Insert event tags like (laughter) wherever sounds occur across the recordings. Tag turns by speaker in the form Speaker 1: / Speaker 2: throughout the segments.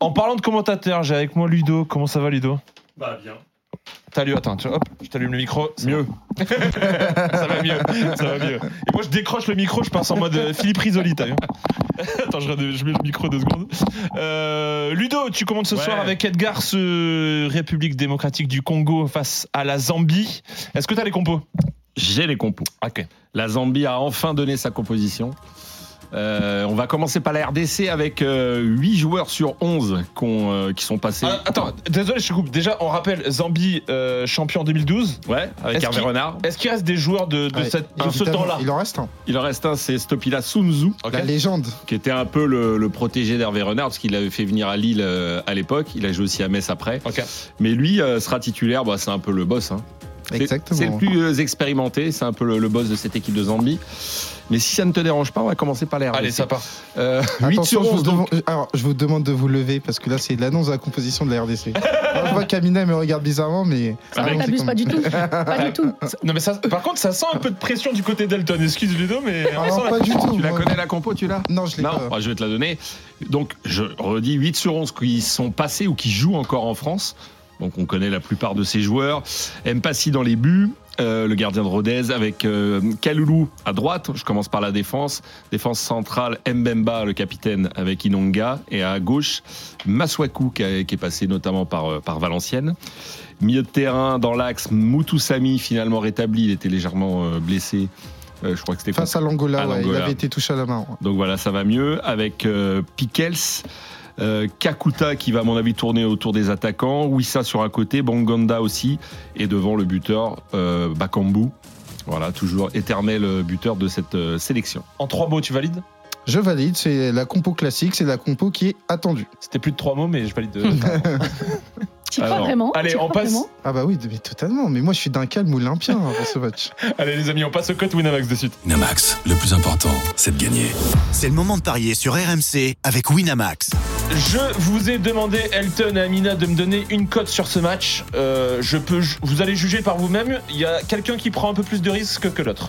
Speaker 1: En parlant de commentateur, j'ai avec moi Ludo. Comment ça va, Ludo
Speaker 2: Bah bien.
Speaker 1: T'allumes, attends, tu- hop, je t'allume le micro. c'est
Speaker 3: Mieux.
Speaker 1: bon. (laughs) ça va mieux, ça va mieux. Et moi, je décroche le micro, je passe en mode euh, Philippe Risoli, t'as vu (laughs) Attends, je, redé- je mets le micro deux secondes. Euh, Ludo, tu commentes ce
Speaker 2: Ouais.
Speaker 1: soir avec Edgar, ce République démocratique du Congo face à la Zambie. Est-ce que t'as les compos
Speaker 3: J'ai les compos.
Speaker 1: Ok.
Speaker 3: La Zambie a enfin donné sa composition. Euh, on va commencer par la RDC avec 8 joueurs sur 11 qu'on, euh, qui sont passés.
Speaker 1: Ah, attends, désolé, je te coupe. Déjà, on rappelle Zambie euh, champion 2012.
Speaker 3: ouais, avec
Speaker 1: Est-ce
Speaker 3: Hervé
Speaker 1: qu'il-
Speaker 3: Renard.
Speaker 1: Est-ce qu'il reste des joueurs de, de
Speaker 4: Ouais.
Speaker 1: cette-
Speaker 4: Il
Speaker 1: de
Speaker 4: en-
Speaker 1: ce temps-là
Speaker 4: Il en reste un.
Speaker 3: Il en reste un, c'est Stopila Sunzu,
Speaker 1: Ok.
Speaker 4: La légende.
Speaker 3: qui était un peu le, le protégé d'Hervé Renard, parce qu'il l'avait fait venir à Lille euh, à l'époque. Il a joué aussi à Metz après.
Speaker 1: Ok.
Speaker 3: Mais lui euh, sera titulaire, bah, c'est un peu le boss. hein. C'est-
Speaker 4: Exactement.
Speaker 3: C'est le plus euh, expérimenté, c'est un peu le, le boss de cette équipe de Zambie. Mais si ça ne te dérange pas, on va commencer par la RDC.
Speaker 1: Allez, ça part.
Speaker 3: Euh, 8
Speaker 4: Attention,
Speaker 3: sur
Speaker 4: je vous
Speaker 3: 11, donc.
Speaker 4: demande- alors, je vous demande de vous lever parce que là, c'est l'annonce de la composition de
Speaker 3: (laughs)
Speaker 4: la RDC. Alors, je vois qu'Amina me regarde bizarrement, mais.
Speaker 1: Ah,
Speaker 4: Allons-y,
Speaker 5: T'abuses
Speaker 4: quand
Speaker 5: pas
Speaker 4: même.
Speaker 5: du tout.
Speaker 1: (laughs)
Speaker 5: Pas du tout.
Speaker 1: Non mais ça, par contre, ça sent un peu de pression du côté d'Elton. Excuse Ludo, mais on
Speaker 4: Ah
Speaker 1: sent
Speaker 4: non,
Speaker 1: la-
Speaker 4: pas du tout.
Speaker 3: Tu la
Speaker 4: moi.
Speaker 3: connais la compo, tu l'as
Speaker 4: Non, je l'ai
Speaker 3: Non,
Speaker 4: pas.
Speaker 3: bah, je vais te la donner. Donc, je redis 8 sur 11 qui sont passés ou qui jouent encore en France. Donc, on connaît la plupart de ces joueurs. Mpassi dans les buts, euh, le gardien de Rodez avec euh, Kaloulou à droite. Je commence par la défense. Défense centrale, Mbemba, le capitaine, avec Inonga. Et à gauche, Maswaku qui, a- qui est passé notamment par, euh, par Valenciennes. Milieu de terrain dans l'axe, Mutusami finalement rétabli. Il était légèrement euh, blessé. Euh, je crois que c'était
Speaker 4: Face à l'Angola,
Speaker 3: À
Speaker 4: ouais, il
Speaker 3: l'Angola.
Speaker 4: avait été touché à la main. ouais.
Speaker 3: donc voilà, ça va mieux avec euh, Pickels. euh, Kakuta qui va à mon avis tourner autour des attaquants, Wissa sur un côté, Bongonda aussi, et devant le buteur euh, Bakambu. Voilà, toujours éternel euh, buteur de cette euh, sélection.
Speaker 1: En trois mots, tu valides
Speaker 4: Je valide, c'est la compo classique, c'est la compo qui est attendue.
Speaker 1: C'était plus de trois mots, mais je valide. euh,
Speaker 5: Tu crois
Speaker 3: Alors,
Speaker 5: vraiment
Speaker 1: allez,
Speaker 5: T'y
Speaker 1: on
Speaker 5: crois
Speaker 1: passe.
Speaker 5: vraiment
Speaker 4: Ah bah oui, mais totalement. Mais moi, je suis d'un calme olympien avant ce match.
Speaker 1: (laughs) Allez les amis, on passe au code Winamax de suite.
Speaker 6: Winamax, le plus important, c'est de gagner.
Speaker 7: C'est le moment de parier sur RMC avec Winamax.
Speaker 1: Je vous ai demandé, Elton et Amina, de me donner une cote sur ce match. Euh, je peux, ju- vous allez juger par vous-même. Il y a quelqu'un qui prend un peu plus de risques que l'autre.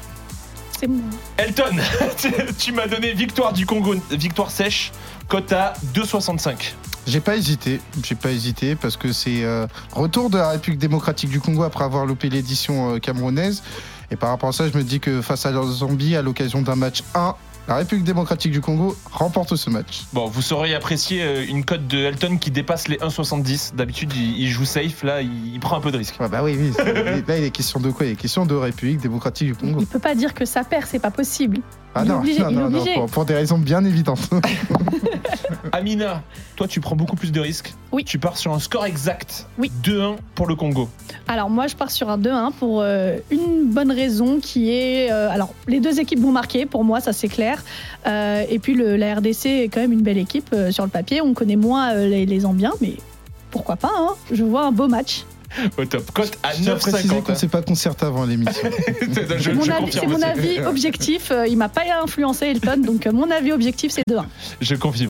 Speaker 5: C'est moi.
Speaker 1: Elton, (laughs) tu, tu m'as donné victoire du Congo, victoire sèche, cote à 2,65.
Speaker 4: J'ai pas hésité, j'ai pas hésité parce que c'est euh, retour de la République démocratique du Congo après avoir loupé l'édition euh, camerounaise. Et par rapport à ça, je me dis que face à la Zambie, à l'occasion d'un match 1, la République démocratique du Congo remporte ce match.
Speaker 1: Bon, vous saurez apprécier euh, une cote de Elton qui dépasse les 1,70. D'habitude, il, il joue safe. Là, il, il prend un peu de risque.
Speaker 4: Ah bah oui, oui. c'est- (laughs) Là, il est question de quoi Il est question de République démocratique du Congo.
Speaker 5: Il peut pas dire que ça perd, c'est pas possible.
Speaker 4: Ah
Speaker 5: Il est
Speaker 4: non,
Speaker 5: obligé,
Speaker 4: non,
Speaker 5: il est
Speaker 4: non, non,
Speaker 5: obligé.
Speaker 4: pour, pour des raisons bien évidentes.
Speaker 1: Amina, toi tu prends beaucoup plus de risques.
Speaker 5: Oui.
Speaker 1: Tu pars sur un score exact.
Speaker 5: Oui.
Speaker 1: 2-1 pour le Congo.
Speaker 5: Alors moi, je pars sur un 2-1 pour euh, une bonne raison qui est... euh, alors, les deux équipes vont marquer, pour moi, ça c'est clair. Euh, et puis, le- la RDC est quand même une belle équipe euh, sur le papier. On connaît moins euh, les, les Ambiens, mais pourquoi pas hein Je vois un beau match.
Speaker 1: Au top. Cote à
Speaker 4: (laughs)
Speaker 1: hein.
Speaker 4: Je tiens à préciser qu'on
Speaker 1: 9,50.
Speaker 4: s'est pas concerté avant l'émission.
Speaker 1: (laughs) je,
Speaker 5: C'est
Speaker 1: je
Speaker 5: mon, avis-
Speaker 1: (laughs)
Speaker 5: c'est
Speaker 1: confirme
Speaker 5: mon
Speaker 1: aussi.
Speaker 5: avis objectif. Euh, il m'a pas influencé, Elton, donc euh, mon avis objectif, c'est 2-1.
Speaker 1: Je confirme.